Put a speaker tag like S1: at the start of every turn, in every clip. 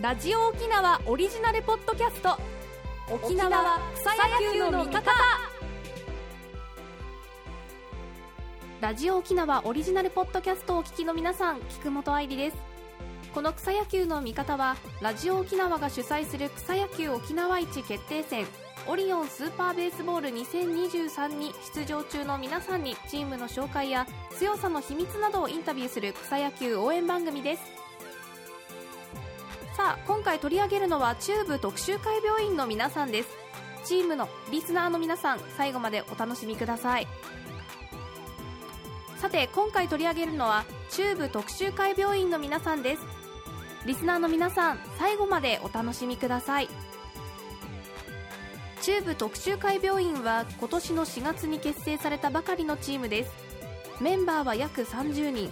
S1: ラジオ沖縄オリジナルポッドキャスト沖縄草野球の見方ラジオ沖縄オリジナルポッドキャストをお聞きの皆さん菊本愛理ですこの草野球の見方はラジオ沖縄が主催する草野球沖縄一決定戦オリオンスーパーベースボール2023に出場中の皆さんにチームの紹介や強さの秘密などをインタビューする草野球応援番組ですさあ今回取り上げるのは中部特集会病院の皆さんですチームのリスナーの皆さん最後までお楽しみくださいさて今回取り上げるのは中部特集会病院の皆さんですリスナーの皆さん最後までお楽しみください中部特集会病院は今年の4月に結成されたばかりのチームですメンバーは約30人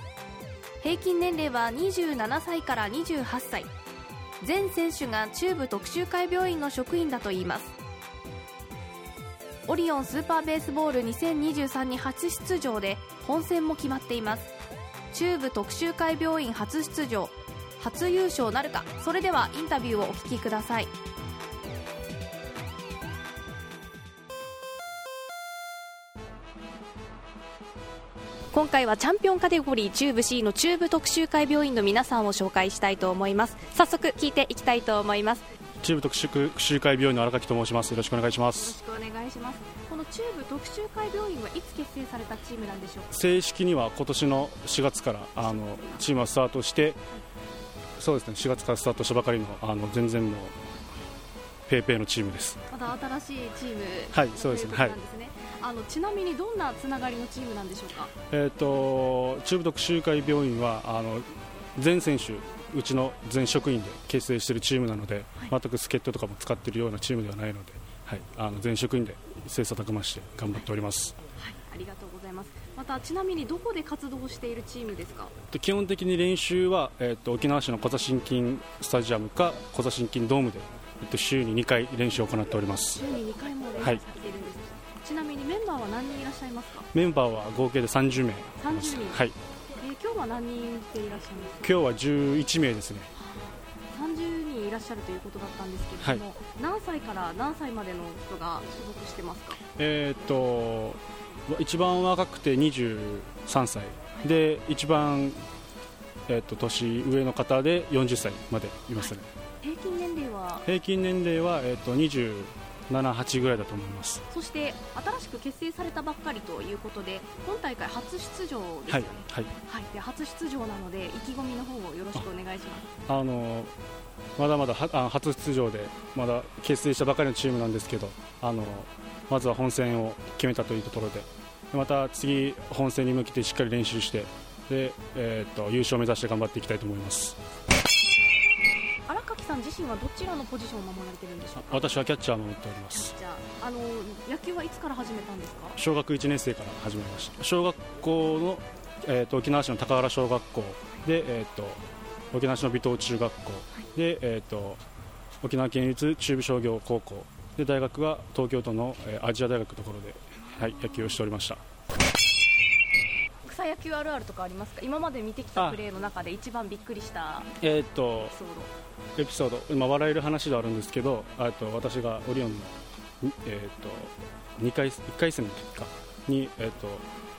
S1: 平均年齢は27歳から28歳全選手が中部特集会病院の職員だといいますオリオンスーパーベースボール2023に初出場で本戦も決まっています中部特集会病院初出場初優勝なるかそれではインタビューをお聞きください今回はチャンピオンカテゴリー中部 C の中部特集会病院の皆さんを紹介したいと思います早速聞いていきたいと思います
S2: 中部特集区集会病院の荒垣と申します。よろしくお願いしま
S1: よろし
S2: す。
S1: くお願いしますこの中部特集会病院はいつ結成されたチームなんでしょうか
S2: 正式には今年の4月からあのチームはスタートして、そうですね、4月からスタートしたばかりのあの全然のペイペイのチームです。
S1: また新しいチーム
S2: はいそうですね
S1: といことなんですねあのちなみにどんなつながりのチームなんでしょうか
S2: えっ、と中部特集会病院はあの全選手うちの全職員で結成しているチームなので、全く助っ人とかも使っているようなチームではないので、はい、あの全職員で切磋琢磨して頑張っております。
S1: はいありがとうございますまたちなみにどこで活動しているチームですか
S2: で基本的に練習は、えー、と沖縄市のコザ新金スタジアムかコザ新金ドームで、えっと週に2回練習を行っております
S1: 週に2回も練習されているんですね、ちなみにメンバーは何人いらっしゃいますか、
S2: メンバーは合計で30名
S1: 30人
S2: はい、
S1: えー今日は何人でいらっしゃいます
S2: 今日は11名ですね
S1: 30人いらっしゃるということだったんですけれども、何歳から何歳までの人が所属してますか
S2: えっ、と一番若くて23歳で一番、えー、と年上の方で40歳までいますね、
S1: 平均年齢は
S2: 平均年齢は、えー、と278ぐらいだと思います
S1: そして新しく結成されたばっかりということで今大会初出場ですよ
S2: は
S1: ね
S2: い、はい
S1: はいで初出場なので意気込みの方をよろしくお願いします
S2: あのまだまだはあ初出場でまだ結成したばかりのチームなんですけどあのまずは本戦を決めたというところでまた次本戦に向けてしっかり練習してで、えーっと優勝を目指して頑張っていきたいと思います
S1: 荒垣さん自身はどちらのポジションを守られてるんでしょうか
S2: 私はキャッチャーを守っております
S1: じゃああの野球はいつから始めたんですか
S2: 小学1年生から始めました小学校の、えーっと沖縄市の高原小学校で、えーっと沖縄市の尾東中学校で、えーっと沖縄県立中部商業高校で大学は東京都の、えーアジア大学のところで、はい、野球をしておりました
S1: 草野球あるあるとかありますか今まで見てきたプレーの中で一番びっくりした
S2: えーっと
S1: エピソード
S2: エピソード、今笑える話ではあるんですけどあと私がオリオンの、にえーっと二回1回戦の時かに、えーっと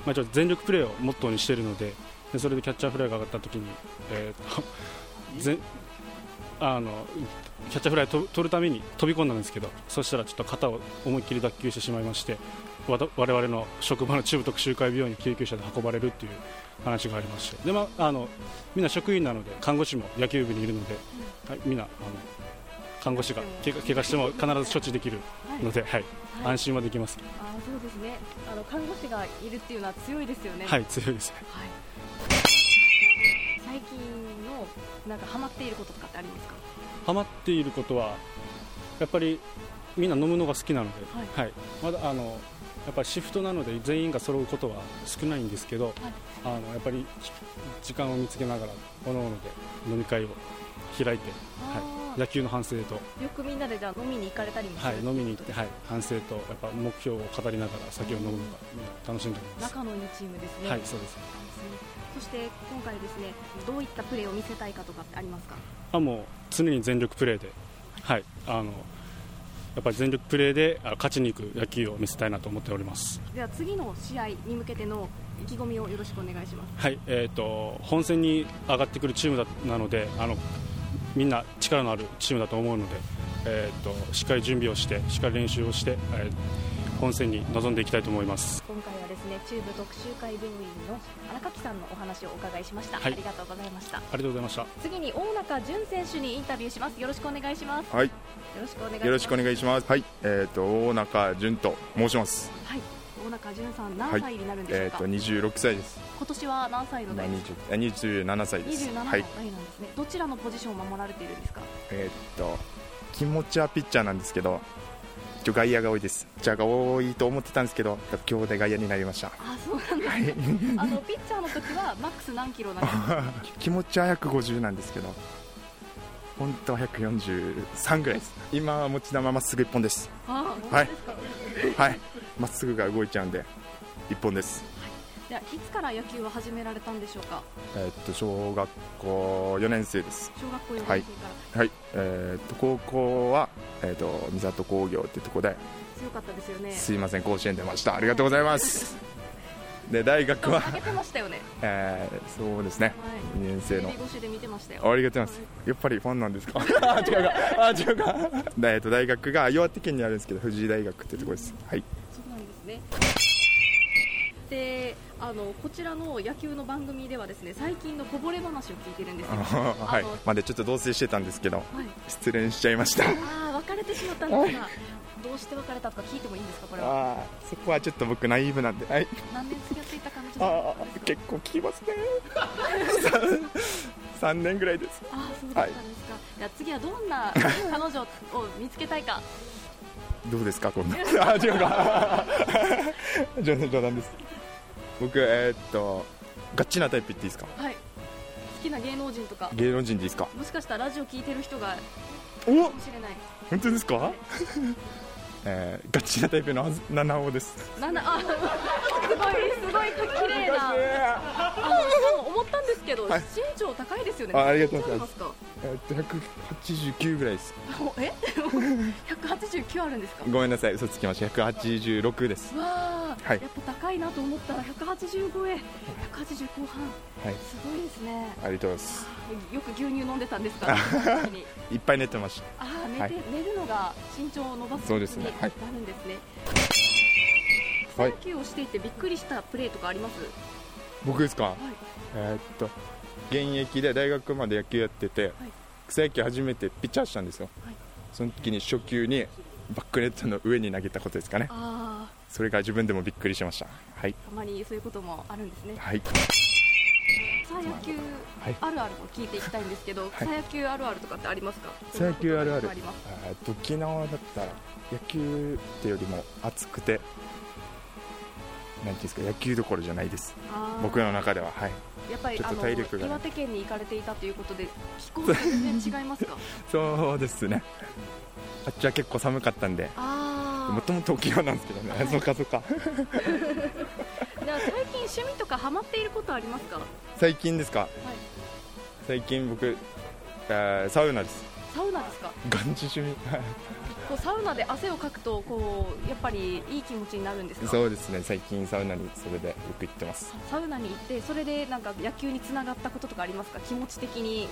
S2: まあ、ちょっと全力プレーをモットーにしているのででそれでキャッチャーフライが上がった時に、えーっとぜあのキャッチャーフライをと取るために飛び込んだんですけどそしたらちょっと肩を思いっきり脱臼してしまいましてわた我々の職場の中部特集会病院に救急車で運ばれるっていう話がありましてで、まあ、あのみんな職員なので看護師も野球部にいるので、はい、みんなあの看護師が怪我怪我しても必ず処置できるので、はい
S1: はい
S2: 安心はできます、
S1: あーそうですねあの看護師がいるっていうのは強いですよね
S2: はい、強いですね
S1: はい最近のなんかハマっていることとかってありますか
S2: ハマっていることはやっぱりみんな飲むのが好きなので、はいまだあのやっぱりシフトなので全員が揃うことは少ないんですけど、あのやっぱり時間を見つけながら各々で飲み会を開いて、
S1: あー
S2: 野球の反省と、
S3: よくみんなでじゃあ飲みに行かれたりもす
S2: は
S3: る
S2: い、飲みに行って、はい、反省とやっぱ目標を語りながら酒を飲むのが楽しんでいます。
S3: 仲のいいチームですね、
S2: はい、そうです。
S3: そして今回ですねどういったプレーを見せたいかとかってありますか
S2: あもう常に全力プレーで、はい、あのやっぱり全力プレーであ勝ちに行く野球を見せたいなと思っております。
S3: では次の試合に向けての意気込みをよろしくお願いします
S2: はい、えっ、と本戦に上がってくるチームだなので、あのみんな力のあるチームだと思うので、えっ、としっかり準備をして、しっかり練習をして、えー本戦に臨んでいきたいと思います。
S3: 今回はですね中部特集会病院の荒垣さんのお話をお伺いしました、
S2: はい
S3: ありがとうございました
S2: ありがとうございました。
S3: 次に大中純選手にインタビューしますよろしくお願いします
S4: はい、
S3: よろしくお願いします
S4: よろしくお願いします。はい、えっ、と大中潤と申します。
S3: はい大中純さん何歳になるんでしょ
S4: え
S3: う
S4: っ、
S3: か、
S4: と26歳です。
S3: 今年は何歳の
S4: 今
S3: 代ですか
S4: 20あ27歳です。
S3: 27の
S4: は
S3: 代
S4: い、
S3: なんですね、どちらのポジションを守られているんですか
S4: えっ、と気持ちはピッチャーなんですけど、一応外野が多いです。ピッチャーが多いと思ってたんですけど、今日で外野になりました。
S3: あそうなんですね、あのピッチャーの時はマックス何キロなんですか
S4: 気持ちは150なんですけど。本当は143ぐらいです今は持ち球まっすぐ一本です
S3: あ
S4: はいはいまっすぐが動いちゃうんで一本です
S3: じゃあいつから野球を始められたんでしょうか
S4: えっと小学校4年生です
S3: 小学校4年生から、
S4: はいはい、えー、と高校は、えー、と三郷工業ってとこで
S3: 強かったですよね
S4: すいません甲子園出ましたありがとうございますで大学は
S3: 上、げてましたよ ね
S4: えーそうですね
S3: はい
S4: 2年生
S3: テレ
S4: の
S3: ビ越しで見てましたよ
S4: ありがとうございますやっぱりファンなんですか あ違うかあ違うかでえーと大学が岩手県にあるんですけど藤井大学ってとこですはい
S3: そうなんですね。で、あのこちらの野球の番組ではですね、最近のこぼれ話を聞いてるんです
S4: あ
S3: よ。
S4: の
S3: は
S4: はいまあでちょっと同棲してたんですけど
S3: い。
S4: 失恋しちゃいました
S3: ああ、別れてしまったんですが、どうして別れたとか聞いてもいいんですか、これは。
S4: あーそこはちょっと僕ナイーブなんではい
S3: 何年付き合っていた感じ
S4: あ
S3: だったんです
S4: ー
S3: か。
S4: 結構聞き ますね3年ぐらいです
S3: ああ、そうだったんですか。じゃあ次はどん な彼女を見つけたいか。
S4: どうですかこんな あ違うか 冗談冗談です僕えーっとガッチなタイプ言っていいですか
S3: はい。好きな芸能人とか。
S4: 芸能人でいいですか
S3: もしかしたらラジオ聞いてる人が
S4: お
S3: かもしれない。
S4: 本当です か、えー、ガッチなタイプの七尾です
S3: なんだあ、すごいすごい綺麗 な。あの思ったんですけど、
S4: はい
S3: 身長高いですよね。
S4: あありがとうございます
S3: そうなん
S4: えーっと189ぐらいで す
S3: ですか。え、189あるんですか。わ
S4: ごめんなさい嘘つきました186です
S3: あ、
S4: はい
S3: やっぱ高いなと思ったら180超え、180後半、
S4: はい
S3: すごいですね。
S4: ありがとうございます
S3: よく牛乳飲んでたんですか。本当に
S4: いっぱい寝てまし
S3: ああ、寝て、
S4: はい
S3: 寝るのが身長を伸ばす
S4: そうですね
S3: に
S4: はい
S3: なるんですね。
S4: たはい
S3: 野球をしていてびっくりしたプレーとかあります。
S4: 僕ですか
S3: はい。
S4: えーっと現役で大学まで野球やってて、草野球初めてピッチャーしたんですよ、
S3: はい
S4: その時に初球にバックネットの上に投げたことですかね
S3: ああ、
S4: それが自分でもびっくりしましたはい
S3: たまにそういうこともあるんですね。
S4: はい
S3: 草野球
S4: はい
S3: あるあるを聞いていきたいんですけど、草野球あるあるとかってありますか？
S4: 草野球あるある
S3: あります。
S4: えーっと沖縄だったら野球ってよりも熱くてなんていうんですか野球どころじゃないです
S3: あー
S4: 僕の中でははい
S3: やっぱり
S4: ちょ
S3: あ
S4: っと体力
S3: の
S4: がね
S3: 岩手県に行かれていたということで気候全然違い ますか？
S4: そうですねあっちは結構寒かったんで
S3: あ
S4: もともと沖縄なんですけどね、そうかそうか
S3: あ、じゃあ最近趣味とかハマっていることありますか？はい。
S4: 最近ですか最近僕、えーサウナです
S3: サウナですか？
S4: ガンジ趣味
S3: こうサウナで汗をかくとこうやっぱりいい気持ちになるんですか？
S4: そうですね最近サウナにそれでよく行ってます
S3: サウナに行ってそれでなんか野球につながったこととかありますか？気持ち的に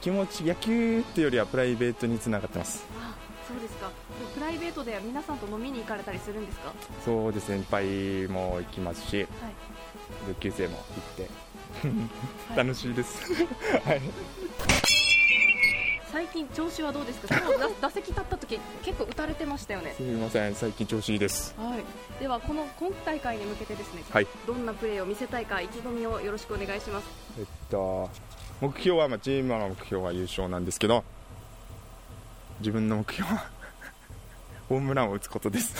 S4: 気持ち野球っていうよりはプライベートにつながってます
S3: あそうですか。プライベートでは皆さんと飲みに行かれたりするんですか？
S4: そうですね先輩も行きますし、同級生も行って、
S3: はい
S4: 楽しいですはい
S3: 最近調子はどうですか。今日だ 打席立った時結構打たれてましたよね
S4: す。みません最近調子いいです
S3: はい。ではこの今大会に向けてですね。
S4: はい
S3: どんなプレーを見せたいか意気込みをよろしくお願いします。
S4: えっと目標は、まあ、チームの目標は優勝なんですけ ど自分の目標はホームランを打つことです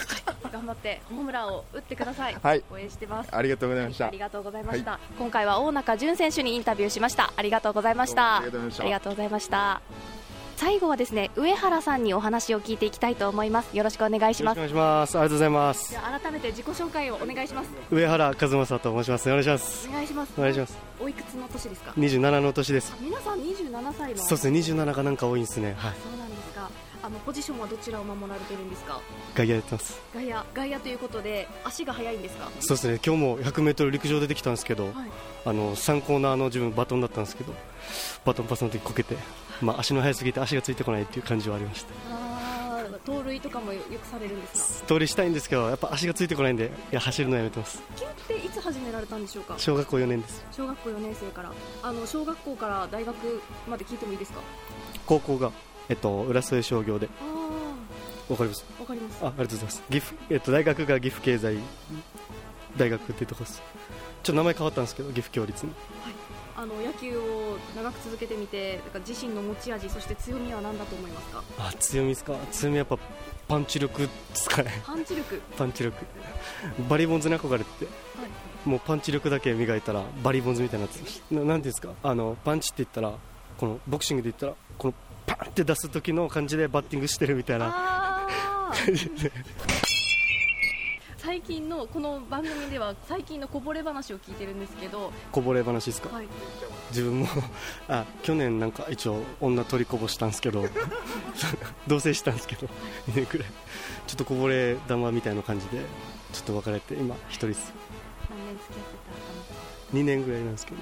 S3: 頑張って ホームランを打ってください。
S4: はい
S3: 応援してます。
S4: ありがとうございました
S3: ありがとうございました、今回は大中潤選手にインタビューしましたありがとうございました
S4: どうもありがとうございました
S3: ありがとうございました最後はですね上原さんにお話を聞いていきたいと思いますよろしくお願いし
S5: よ
S3: ま
S5: ろしくお
S3: す
S5: 願いします。ありがとうございま
S3: じ
S5: す。
S3: ゃあ改めて自己紹介をお願いします
S5: 上原和正と申します。お願いします
S3: お。願いします
S5: お願いします。
S3: おいくつの年ですか
S5: 27の年です。
S3: 皆さん27歳の
S5: そうですね。27がなんか多いんですね。はい。
S3: そうなんですかあのポジションはどちらを守られてるんですか
S5: 外野やってます。
S3: 外野外野ということで足が速いんですか
S5: そうですね。今日も100メートル陸上出てきたんですけど、
S3: はい
S5: あの参考のあの自分バトンだったんですけど、バトンパスの時こけて、まあ足の速すぎて足がついてこないっていう感じはありまし
S3: あー盗塁とかもよくされるんですか
S5: た。通りしたいんですけど、やっぱ足がついてこないんで、いや走るのやめてます。
S3: 野球っていつ始められたんでしょうか
S5: 小学校4年です。
S3: 小学校4年生からあの小学校から大学まで聞いてもいいですか
S5: 高校がえっと浦添商業で
S3: ああ
S5: わかります。
S3: わかります
S5: あありがとうございます岐阜、えっと、大学が岐阜経済大学っていうとこですちょっと名前変わったんですけど岐阜協立に
S3: あの野球を長く続けてみてなんか自身の持ち味そして強みは何だと思いますか
S5: あ強みですか強みやっぱパンチ力ですかね
S3: パンチ力は
S5: パンチ力バリボンズに憧れててもうパンチ力だけ磨いたらバリボンズみたいになってましたななんていうんですかあのパンチって言ったらこのボクシングで言ったらこのパンって出す時の感じでバッティングしてるみたいな
S3: ああ 最近のこの番組では最近のこぼれ話を聞いてるんですけど、
S5: こぼれ話ですか、
S3: はい、
S5: 自分も あ去年なんか一応女取りこぼしたんですけど 同棲したんですけど2年く らいちょっとこぼれ玉みたいな感じでちょっと別れて今一人です
S3: 何年付き合ってた彼女さん
S5: 2年ぐらいなんですけど、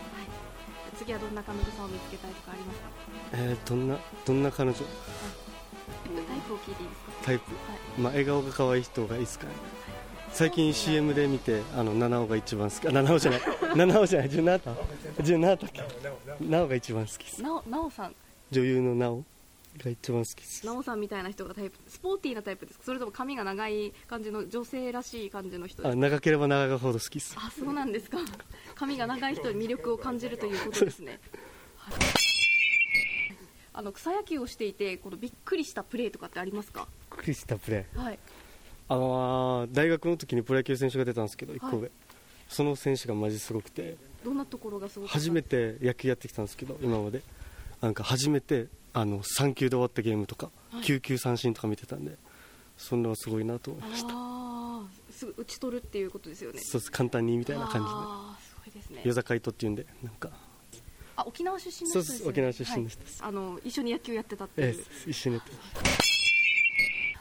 S3: 次はどんな彼女さんを見つけたいとかありますか
S5: えーどんなどんな彼女
S3: タイプを聞いていいですか
S5: タイプ、まあ、笑顔が可愛い人がいいですかね最近 CM で見てあの七尾が一番好きあ七尾じゃない七尾じゃない17だ17だっけ七尾が一番好きです
S3: なおなおさん
S5: 女優のなおが一番好きです
S3: なおさんみたいな人がタイプスポーティーなタイプですかそれとも髪が長い感じの女性らしい感じの人です
S5: あ
S3: か
S5: 長ければ長いほど好きです
S3: あそうなんですか 髪が長い人に魅力を感じるということですねはいあの草野球をしていてこのびっくりしたプレーとかってありますか
S5: びっくりしたプレー
S3: はい
S5: あのー大学の時にプロ野球選手が出たんですけど1個上、
S3: は
S5: その選手がマジすごくて
S3: どんなところがすごかった
S5: 初めて野球やってきたんですけど今までなんか初めてあの3球で終わったゲームとか、
S3: はい
S5: 9球三振とか見てたんでそんなのすごいなと思い
S3: あ
S5: ました
S3: ーすぐ打ち取るっていうことですよね
S5: そうです簡単にみたいな感じ
S3: あーすごいですね
S5: で夜坂伊藤っていうんでなんか
S3: あ沖縄出身の人ですよね
S5: そうです沖縄出身の人です
S3: はいあの一緒に野球やってたっていう、
S5: ええ一緒にやって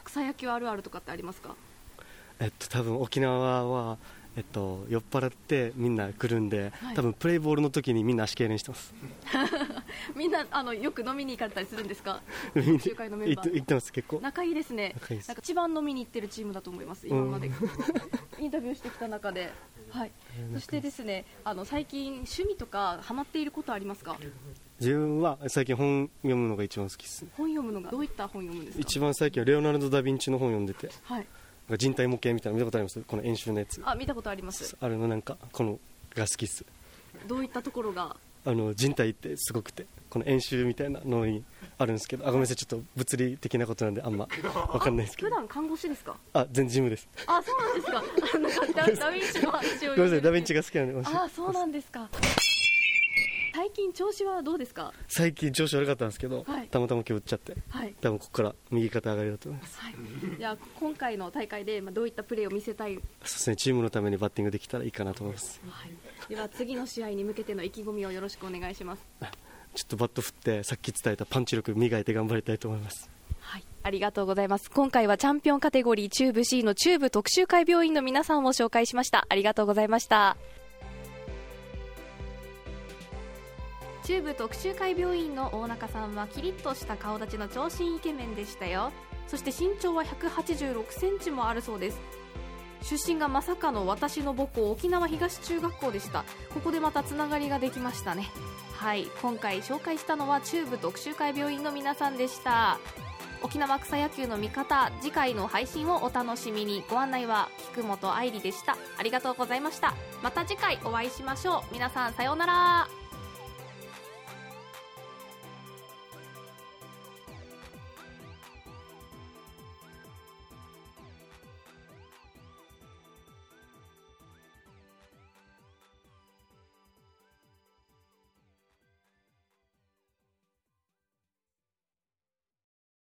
S3: 草野球あるあるとかってありますか
S5: えっと多分沖縄はえっと、酔っ払ってみんな来るんで、
S3: はい
S5: 多分プレイボールの時にみんな足痙攣してます
S3: みんなあのよく飲みに行かれたりするんですか
S5: みんな
S3: 中華のメンバー
S5: 行って行ってます結構
S3: 仲いいですね
S5: 仲いいです
S3: なんか一番飲みに行ってるチームだと思います今まで、 インタビューしてきた中ではいそしてですねあの最近趣味とかハマっていることありますか
S5: 自分は最近本読むのが一番好きですね
S3: 本読むのがどういった本読むんですか
S5: 一番最近はレオナルド・ダ・ヴィンチの本読んでて
S3: はい
S5: なんか人体模型みたいなの見たことありますこの演習のやつ
S3: あ見たことあります
S5: あれのなんかこのが好きっす
S3: どういったところが
S5: あの人体ってすごくてこの演習みたいなのにあるんですけどあごめんなさいちょっと物理的なことなんであんま分かんないですけ
S3: 普
S5: ど
S3: 段看護師ですか
S5: あ全然ジムです
S3: あそうなんですかあ なんかダダヴィンチの話を
S5: ごめんなさいダ・ヴィンチ
S3: が
S5: が好きなんでごめんなさい
S3: あそうなんですか最近調子はどうですか
S5: 最近調子悪かったんですけど、
S3: はい
S5: たまたま今日打っちゃって
S3: はい
S5: 多分ここから右肩上がりだと思います
S3: はい、じゃあ今回の大会で、まあ、どういったプレーを見せたい、
S5: そうですねチームのためにバッティングできたらいいかなと思います
S3: では次の試合に向けての意気込みをよろしくお願いします、
S5: ちょっとバット振ってさっき伝えたパンチ力磨いて頑張りたいと思います
S3: はい、ありがとうございます今回はチャンピオンカテゴリー中部 C の中部特集会病院の皆さんを紹介しましたありがとうございました
S1: 中部特集会病院の大中さんはキリッとした顔立ちの長身イケメンでしたよそして身長は186センチもあるそうです出身がまさかの私の母校沖縄東中学校でしたここでまたつながりができましたねはい今回紹介したのは中部特集会病院の皆さんでした沖縄草野球の見方次回の配信をお楽しみにご案内は菊本愛理でしたありがとうございましたまた次回お会いしましょう皆さんさようなら